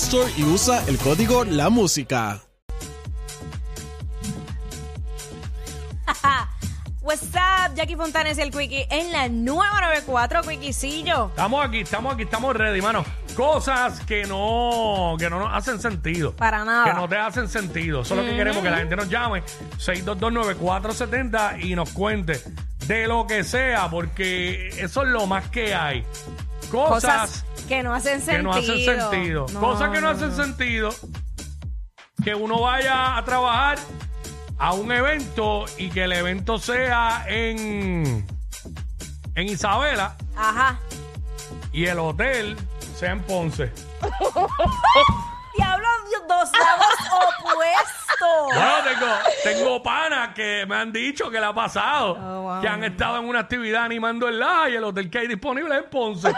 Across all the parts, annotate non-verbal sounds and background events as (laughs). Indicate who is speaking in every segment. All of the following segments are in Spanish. Speaker 1: Store y usa el código La Música.
Speaker 2: Ah, What's up, Jackie Fontanes y el Quickie en la nueva 94, Quickiecillo.
Speaker 3: Estamos aquí, estamos aquí, estamos ready, mano. Cosas que no, que no nos hacen sentido.
Speaker 2: Para nada.
Speaker 3: Que no te hacen sentido. Eso es lo que queremos, que la gente nos llame 6229470 y nos cuente de lo que sea, porque eso es lo más que hay. Cosas,
Speaker 2: Cosas que no hacen sentido.
Speaker 3: que no hacen sentido.
Speaker 2: No,
Speaker 3: Cosas que no hacen
Speaker 2: no.
Speaker 3: sentido. Que uno vaya a trabajar a un evento y que el evento sea en, en Isabela.
Speaker 2: Ajá.
Speaker 3: y el hotel sea en Ponce.
Speaker 2: Diablo, dos
Speaker 3: (laughs)
Speaker 2: lados opuestos.
Speaker 3: Bueno, tengo, tengo panas que me han dicho que le ha pasado,
Speaker 2: Oh, wow.
Speaker 3: que han estado en una actividad animando el live y el hotel que hay disponible es en Ponce.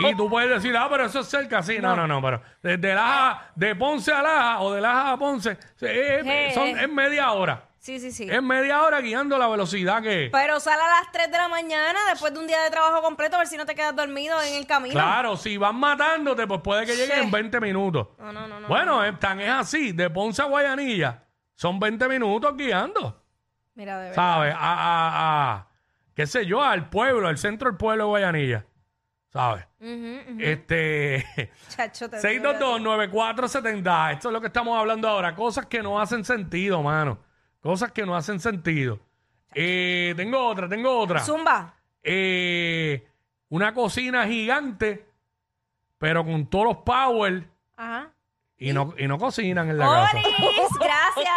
Speaker 3: y tú puedes decir, ah, pero eso es cerca. Sí, no, no, no, pero desde Laja, de Ponce a Laja o de Laja a Ponce, eh, eh,
Speaker 2: Eh,
Speaker 3: son,
Speaker 2: eh.
Speaker 3: es media hora.
Speaker 2: Sí, sí, sí.
Speaker 3: Es media hora guiando la velocidad que...
Speaker 2: Pero sal a las 3 de la mañana después de un día de trabajo completo a ver si no te quedas dormido en el camino.
Speaker 3: Claro, si van matándote, pues puede que lleguen
Speaker 2: Sí.
Speaker 3: en 20 minutos.
Speaker 2: No, no, no, no.
Speaker 3: Bueno, eh, tan es así, de Ponce a Guayanilla, son 20 minutos guiando,
Speaker 2: Mira, de verdad.
Speaker 3: ¿sabes? A, a- a- qué sé yo, al pueblo, al centro del pueblo de Guayanilla, ¿sabes?
Speaker 2: Ujú, ujú. (laughs)
Speaker 3: Este,
Speaker 2: Chacho, te
Speaker 3: 622-9470, esto es lo que estamos hablando ahora, cosas que no hacen sentido, mano, cosas que no hacen sentido. Eh, tengo otra, tengo otra.
Speaker 2: Zumba.
Speaker 3: Eh, una cocina gigante, pero con todos los power
Speaker 2: Ajá.
Speaker 3: y no, y no cocinan en la casa.
Speaker 2: Olis, gracias.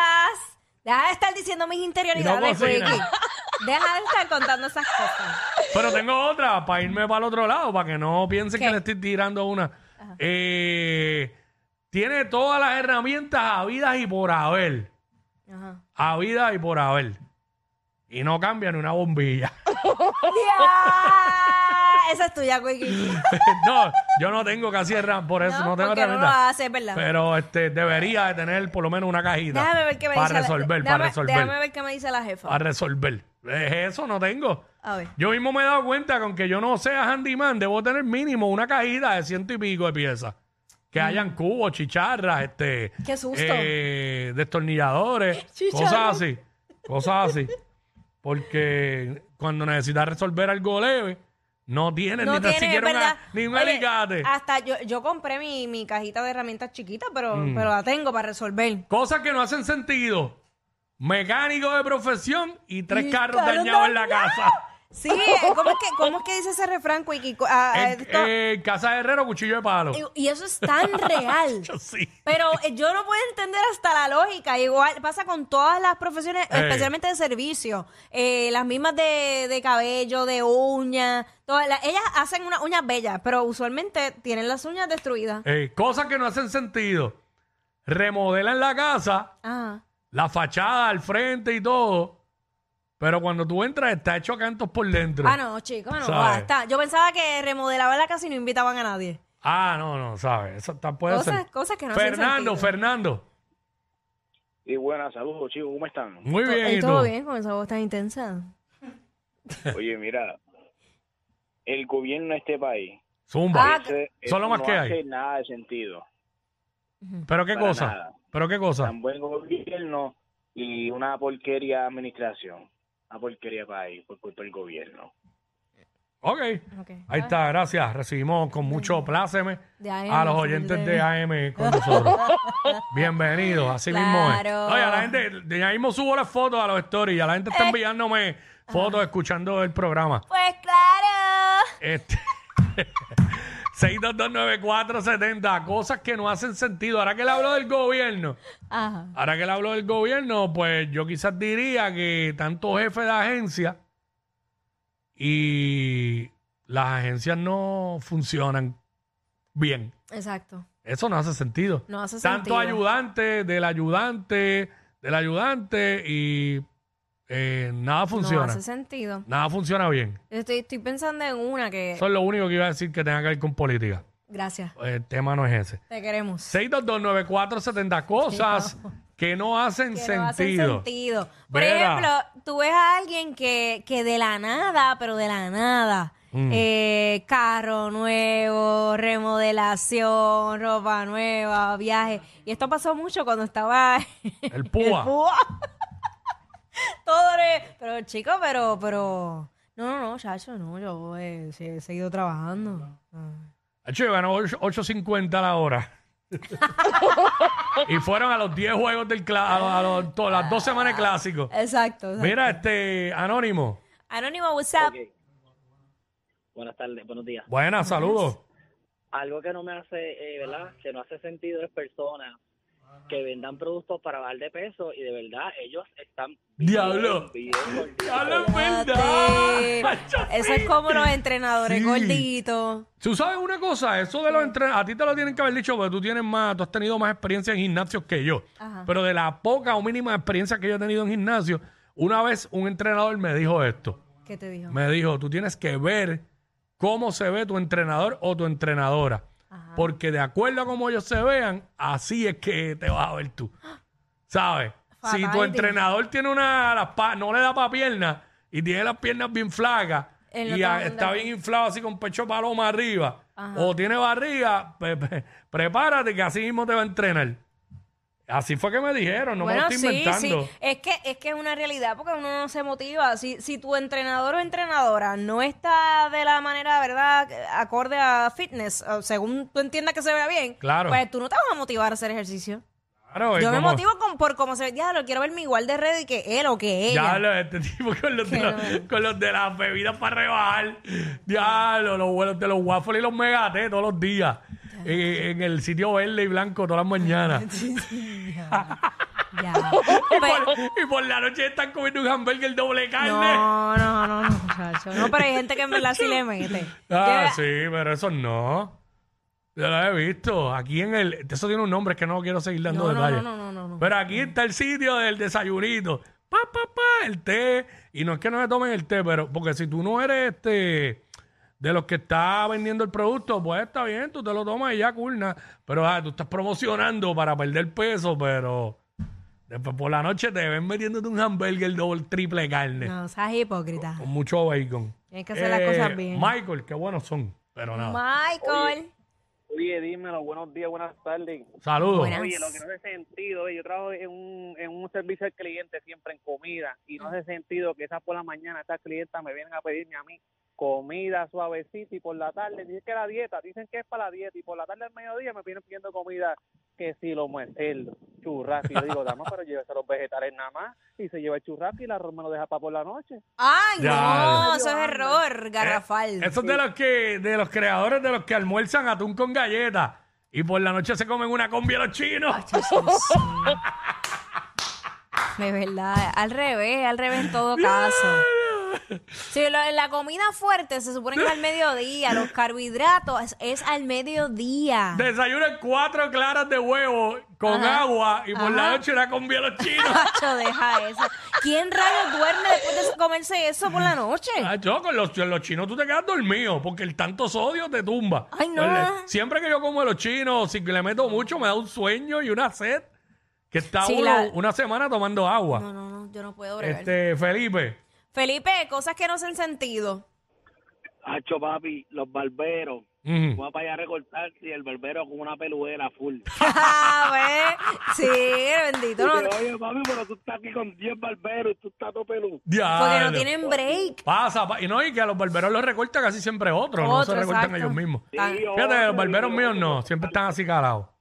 Speaker 2: Deja de estar diciendo mis
Speaker 3: Y no
Speaker 2: interioridades,
Speaker 3: cocina.
Speaker 2: Ricky. Deja de estar contando esas cosas.
Speaker 3: Pero tengo otra para irme para el otro lado, para que no piensen que
Speaker 2: ¿Qué?
Speaker 3: le estoy tirando una. Eh, tiene todas las herramientas habidas y por haber. (laughs)
Speaker 2: Ajá.
Speaker 3: Habidas y por haber. Y no cambia ni una bombilla. (laughs)
Speaker 2: Ya, Esa es tuya, Quickie.
Speaker 3: no, yo no tengo casi herramientas, por eso no, tengo
Speaker 2: porque no lo
Speaker 3: herramientas.
Speaker 2: haces, ¿verdad?
Speaker 3: Pero este debería de tener por lo menos una cajita.
Speaker 2: déjame ver qué me dice
Speaker 3: Para
Speaker 2: la
Speaker 3: resolver,
Speaker 2: déjame,
Speaker 3: para resolver.
Speaker 2: Déjame ver qué me dice la jefa.
Speaker 3: A resolver. Eh, Eso no tengo.
Speaker 2: A ver.
Speaker 3: Yo mismo me he dado cuenta que aunque yo no sea handyman, debo tener mínimo una cajita de ciento y pico de piezas. Que hayan cubos, chicharras, este...
Speaker 2: Mm. Qué susto.
Speaker 3: eh, destornilladores,
Speaker 2: (laughs) Chicharras.
Speaker 3: cosas así. Cosas así. Porque cuando necesitas resolver algo leve, no tienes ni tan
Speaker 2: tiene,
Speaker 3: siquiera
Speaker 2: es
Speaker 3: una-
Speaker 2: verdad.
Speaker 3: ni un
Speaker 2: Oye, ah.
Speaker 3: alicate.
Speaker 2: Hasta yo, yo compré mi, mi cajita de herramientas chiquita, pero,
Speaker 3: Mm.
Speaker 2: pero la tengo para resolver.
Speaker 3: Cosas que no hacen sentido. Mecánico de profesión y tres
Speaker 2: Y
Speaker 3: carros
Speaker 2: carros
Speaker 3: dañados en la casa.
Speaker 2: (laughs) Sí, eh, ¿cómo es que, cómo es que dice ese refrán, Quickie? Co- a- a
Speaker 3: ah, En,
Speaker 2: Ah, esto-
Speaker 3: en casa de herrero, cuchillo de palo.
Speaker 2: y, y eso es tan real.
Speaker 3: (laughs) Yo sí.
Speaker 2: Pero eh, yo no puedo entender hasta la lógica. Igual pasa con todas las profesiones,
Speaker 3: Ey.
Speaker 2: especialmente de servicio. Eh, las mismas de, de cabello, de uñas. Todas las- ellas hacen unas uñas bellas, pero usualmente tienen las uñas destruidas.
Speaker 3: Eh, cosas que no hacen sentido. Remodelan la casa,
Speaker 2: Ajá.
Speaker 3: la fachada al frente y todo. Pero cuando tú entras, está hecho a cantos por dentro.
Speaker 2: Ah, no, chicos, no,
Speaker 3: ¿Sabe?
Speaker 2: basta. Yo pensaba que remodelaban la casa y no invitaban a nadie.
Speaker 3: Ah, no, no, ¿sabes? Eso está- puede
Speaker 2: Cosas-
Speaker 3: ser.
Speaker 2: cosas que no hacen
Speaker 3: Fernando,
Speaker 2: sentido.
Speaker 3: Fernando.
Speaker 4: Y buenas, saludos chicos, ¿cómo están?
Speaker 3: Muy
Speaker 2: To-
Speaker 3: bien,
Speaker 2: eh,
Speaker 3: ¿y
Speaker 2: ¿Todo
Speaker 3: tú?
Speaker 2: bien con esa voz tan intensa?
Speaker 4: Oye, mira, el gobierno de este país
Speaker 3: Zumba.
Speaker 2: Ah,
Speaker 4: ese-
Speaker 3: Eso es lo más
Speaker 4: no
Speaker 3: que hay.
Speaker 4: hace nada de sentido.
Speaker 3: ¿Pero qué
Speaker 4: para
Speaker 3: cosa?
Speaker 4: nada.
Speaker 3: ¿Pero qué cosa?
Speaker 4: Tan buen gobierno y una porquería administración. Una porquería país por culpa del gobierno.
Speaker 3: Ok.
Speaker 2: Ok.
Speaker 3: Ahí está, gracias. Recibimos con mucho pláceme
Speaker 2: De AM,
Speaker 3: a los oyentes de AM con nosotros. (laughs) Bienvenidos, así mismo es.
Speaker 2: Claro.
Speaker 3: Oye, a la gente, de ahí mismo subo las fotos a los stories. Ya la gente está enviándome fotos escuchando el programa.
Speaker 2: Pues claro.
Speaker 3: Este. (laughs) 6229470, cosas que no hacen sentido. Ahora que le hablo del gobierno,
Speaker 2: Ajá.
Speaker 3: ahora que le hablo del gobierno, pues yo quizás diría que tanto jefe de agencia y las agencias no funcionan bien.
Speaker 2: Exacto.
Speaker 3: Eso no hace sentido.
Speaker 2: No hace
Speaker 3: tanto
Speaker 2: sentido.
Speaker 3: ayudante, del ayudante, del ayudante y eh, nada funciona.
Speaker 2: No hace sentido. Eh.
Speaker 3: Nada funciona bien.
Speaker 2: Estoy, estoy pensando en una que.
Speaker 3: Eso es lo único que iba a decir que tenga que ver con política.
Speaker 2: Gracias.
Speaker 3: El tema no es ese.
Speaker 2: Te queremos.
Speaker 3: 6229470 cosas que no hacen
Speaker 2: Que no hacen
Speaker 3: sentido.
Speaker 2: sentido. Por
Speaker 3: Vera.
Speaker 2: ejemplo, tú ves a alguien que, que de la nada, pero de la nada,
Speaker 3: Mm.
Speaker 2: eh, carro nuevo, remodelación, ropa nueva, viaje. Y esto pasó mucho cuando estaba
Speaker 3: El púa.
Speaker 2: el púa. (laughs) Todo era- Pero chico, pero, pero... No, no, no, chacho, no, yo eh, sí, he seguido trabajando. Ah.
Speaker 3: Hacho, yo ganó ocho- 8.50 la hora.
Speaker 2: (laughs)
Speaker 3: y fueron a los 10 juegos del cla- a, los- a los- to- las dos semanas clásicos.
Speaker 2: Exacto. exacto.
Speaker 3: Mira, este Anónimo.
Speaker 2: Anónimo, WhatsApp.
Speaker 4: Ok. Buenas tardes, buenos días.
Speaker 3: Buenas, saludos.
Speaker 4: Algo que no me hace, eh, ¿verdad? Que no hace sentido es personas que vendan productos para bajar de peso y de verdad ellos están... bien,
Speaker 3: Diablo.
Speaker 4: bien gorditos.
Speaker 3: ¡Habla en
Speaker 2: Espérate.
Speaker 3: verdad! Hacho,
Speaker 2: Eso es
Speaker 3: sí.
Speaker 2: como los entrenadores
Speaker 3: Sí.
Speaker 2: gorditos.
Speaker 3: Tú sabes una cosa, eso de los entrenadores, a ti te lo tienen que haber dicho porque tú tienes más, tú has tenido más experiencia en gimnasios que yo.
Speaker 2: Ajá.
Speaker 3: Pero de la poca o mínima experiencia que yo he tenido en gimnasio, una vez un entrenador me dijo esto.
Speaker 2: ¿Qué te dijo?
Speaker 3: Me dijo, tú tienes que ver cómo se ve tu entrenador o tu entrenadora.
Speaker 2: Ajá.
Speaker 3: Porque de acuerdo a cómo ellos se vean, así es que te vas a ver tú. ¿Sabes? Si tu
Speaker 2: Fatal,
Speaker 3: entrenador tiene una, las pa- no le da para piernas y tiene las piernas bien flacas
Speaker 2: Él no
Speaker 3: y
Speaker 2: te va a
Speaker 3: a- está
Speaker 2: mandar.
Speaker 3: bien inflado así con pecho paloma arriba o tiene barriga, pe- pe- prepárate que así mismo te va a entrenar. Así fue que me dijeron, no me lo estoy inventando.
Speaker 2: Es que, es que es una realidad porque uno no se motiva. Si, si tu entrenador o entrenadora no está de la manera, ¿verdad?, acorde a fitness, o según tú entiendas que se vea bien,
Speaker 3: Claro.
Speaker 2: pues tú no te vas a motivar a hacer ejercicio.
Speaker 3: Claro, es
Speaker 2: Yo me
Speaker 3: como-
Speaker 2: motivo con- por cómo se ve. Diablo, quiero verme igual de ready que él o que ella.
Speaker 3: Ya lo (laughs) de este tipo con los, de
Speaker 2: Que
Speaker 3: los- con los de las bebidas para rebajar. Diablo, los vuelos de los waffles y los megatés todos los días. En, en el sitio verde y blanco
Speaker 2: (laughs)
Speaker 3: todas las mañanas.
Speaker 2: (laughs) Ya.
Speaker 3: Y
Speaker 2: Pues-
Speaker 3: por, y por la noche están comiendo un hamburger doble carne.
Speaker 2: no, no, no, no, muchacho. No, pero hay gente que en verdad sí le mete.
Speaker 3: Ah,
Speaker 2: Yo-
Speaker 3: sí, pero eso no. Yo lo he visto. Aquí en el. Eso tiene un nombre, es que no quiero seguir dando
Speaker 2: No, no,
Speaker 3: detalles. Pues,
Speaker 2: no, no, no, no, no.
Speaker 3: Pero aquí está el sitio del desayunito. Pa, pa, pa, el té. Y no es que no me tomen el té, pero. Porque si tú no eres este. De los que está vendiendo el producto, pues está bien, tú te lo tomas y ya, curna. Pero ah, tú estás promocionando para perder peso, pero. Después por la noche te ven metiéndote un hamburger doble, triple carne.
Speaker 2: No, seas hipócrita.
Speaker 3: Con mucho bacon.
Speaker 2: Tienes que
Speaker 3: Eh,
Speaker 2: hacer las cosas bien.
Speaker 3: Michael, qué buenos son. Pero nada.
Speaker 2: Michael.
Speaker 4: Oye, dímelo, buenos días, buenas tardes.
Speaker 3: Saludos.
Speaker 2: Buenas.
Speaker 4: Oye, lo que no hace sentido, oye, yo trabajo en un, en un servicio al cliente siempre en comida y no hace sentido que esas por la mañana estas clientas me vienen a pedirme a mí comida suavecita y por la tarde dicen que la dieta, dicen que es para la dieta y por la tarde al mediodía me vienen pidiendo comida que si lo muertel, churras y yo digo, dama, pero llévese los vegetales nada más y se lleva el churrasco y el arroz me lo deja para por la noche.
Speaker 2: Ay,
Speaker 3: Ya.
Speaker 2: no, eso es error, garrafal.
Speaker 3: Esos de los que, de los creadores de los que almuerzan atún con galletas y por la noche se comen una combi a los chinos.
Speaker 2: De verdad, al revés, al revés en todo caso. Si lo- la comida fuerte se supone que es al mediodía, los carbohidratos es, es al mediodía.
Speaker 3: Desayunan cuatro claras de huevo con
Speaker 2: Ajá.
Speaker 3: agua y por la
Speaker 2: Ajá.
Speaker 3: noche una combi a los chinos.
Speaker 2: Cacho, deja eso. ¿Quién rayos duerme después de comerse eso por la noche?
Speaker 3: Ah, yo con los, los chinos tú te quedas dormido porque el tanto sodio te tumba.
Speaker 2: Ay, no.
Speaker 3: Pues le- siempre que yo como de los chinos, si le meto mucho, me da un sueño y una sed que está
Speaker 2: Sí,
Speaker 3: uno
Speaker 2: la-
Speaker 3: una semana tomando agua.
Speaker 2: No, no, no, yo no puedo bregar.
Speaker 3: este, Felipe. (laughs)
Speaker 2: Felipe, cosas que no hacen sentido.
Speaker 5: Hacho, papi, los barberos.
Speaker 3: Ujú.
Speaker 5: Voy para allá a recortar y el barbero con una peluera
Speaker 2: (laughs)
Speaker 5: full.
Speaker 2: A ver, Ah, pues, sí, bendito. No,
Speaker 5: Y te, Oye, papi, pero tú estás aquí con 10 barberos y tú estás todo peludo.
Speaker 2: porque no
Speaker 3: Diablo.
Speaker 2: tienen break.
Speaker 3: Pasa, pa- y no, y que a los barberos los recorta casi siempre otros, no se
Speaker 2: Otro,
Speaker 3: recortan
Speaker 2: exacto.
Speaker 3: ellos mismos.
Speaker 2: Ah,
Speaker 5: Sí,
Speaker 3: Fíjate, los
Speaker 5: hombre,
Speaker 3: barberos
Speaker 5: y-
Speaker 3: míos no, siempre están así calados. (laughs)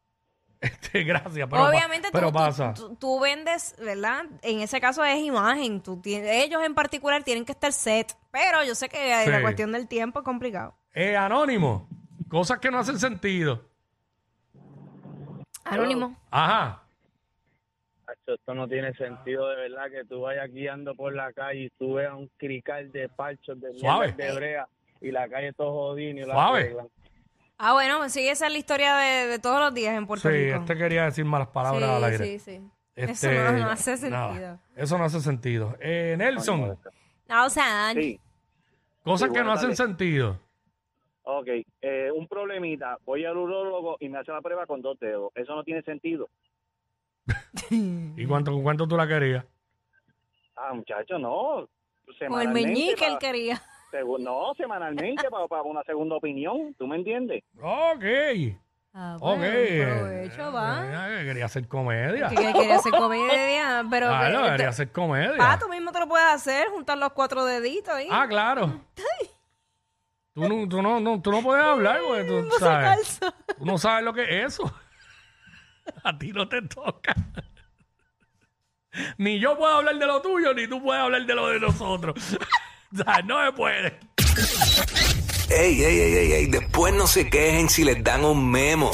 Speaker 3: Este, gracias, pero, pa-
Speaker 2: Obviamente tú-
Speaker 3: pero
Speaker 2: tú,
Speaker 3: pasa.
Speaker 2: tú- tú vendes, ¿verdad? En ese caso es imagen. Tú tienes- ellos en particular tienen que estar set. Pero yo sé que
Speaker 3: Sí.
Speaker 2: la cuestión del tiempo es complicado.
Speaker 3: Eh, anónimo, cosas que no hacen sentido.
Speaker 2: Anónimo.
Speaker 3: Ajá.
Speaker 5: Hacho, esto no tiene sentido de verdad que tú vayas guiando por la calle y tú veas un crical de parchos de
Speaker 3: Suave.
Speaker 5: mierda de brea y la calle todo jodín y la
Speaker 3: Suave.
Speaker 5: arreglan.
Speaker 2: Ah, bueno, sí, esa es la historia de, de todos los días en
Speaker 3: Sí,
Speaker 2: Puerto Rico.
Speaker 3: este quería decir malas palabras al aire.
Speaker 2: sí, sí, sí.
Speaker 3: Este,
Speaker 2: Eso no- no hace
Speaker 3: nada,
Speaker 2: sentido.
Speaker 3: eso no hace sentido. Eh, Nelson,
Speaker 2: No, Ah, o sea,
Speaker 5: Sí,
Speaker 3: cosas
Speaker 5: Sí,
Speaker 3: que no
Speaker 5: buenas
Speaker 3: hacen
Speaker 5: tardes.
Speaker 3: sentido.
Speaker 5: ok. Eh, un problemita. Voy al urólogo y me hace la prueba con dos dedos. Eso no tiene sentido.
Speaker 3: ¿Y cuánto, con cuánto tú la querías?
Speaker 5: Ah, muchacho, no.
Speaker 2: con el
Speaker 5: Semanalmente
Speaker 2: meñique
Speaker 5: pa-
Speaker 2: él quería.
Speaker 5: segu- No, semanalmente para, para una segunda opinión. ¿Tú me entiendes?
Speaker 3: Ok.
Speaker 2: Ah,
Speaker 3: Ok.
Speaker 2: Aprovecho, va.
Speaker 3: Eh, quería hacer comedia.
Speaker 2: Que este, que quería hacer comedia, pero...
Speaker 3: Ah, no,
Speaker 2: pero-
Speaker 3: quería hacer comedia.
Speaker 2: Ah, tú mismo te lo puedes hacer, juntar los cuatro deditos ahí. (laughs)
Speaker 3: Ah, claro. Tú no, tú no, no, tú no puedes hablar, porque tú
Speaker 2: No se
Speaker 3: sabes.
Speaker 2: calza.
Speaker 3: Tú no sabes lo que es eso. (laughs) A ti no te toca. Ni yo puedo hablar de lo tuyo, ni tú puedes hablar de lo de nosotros. (laughs) O sea, no se puede.
Speaker 6: Ey, ey, ey, ey, ey, después no se quejen si les dan un memo.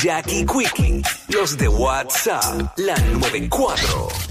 Speaker 6: Jackie Quickie, los de WhatsApp, la 94.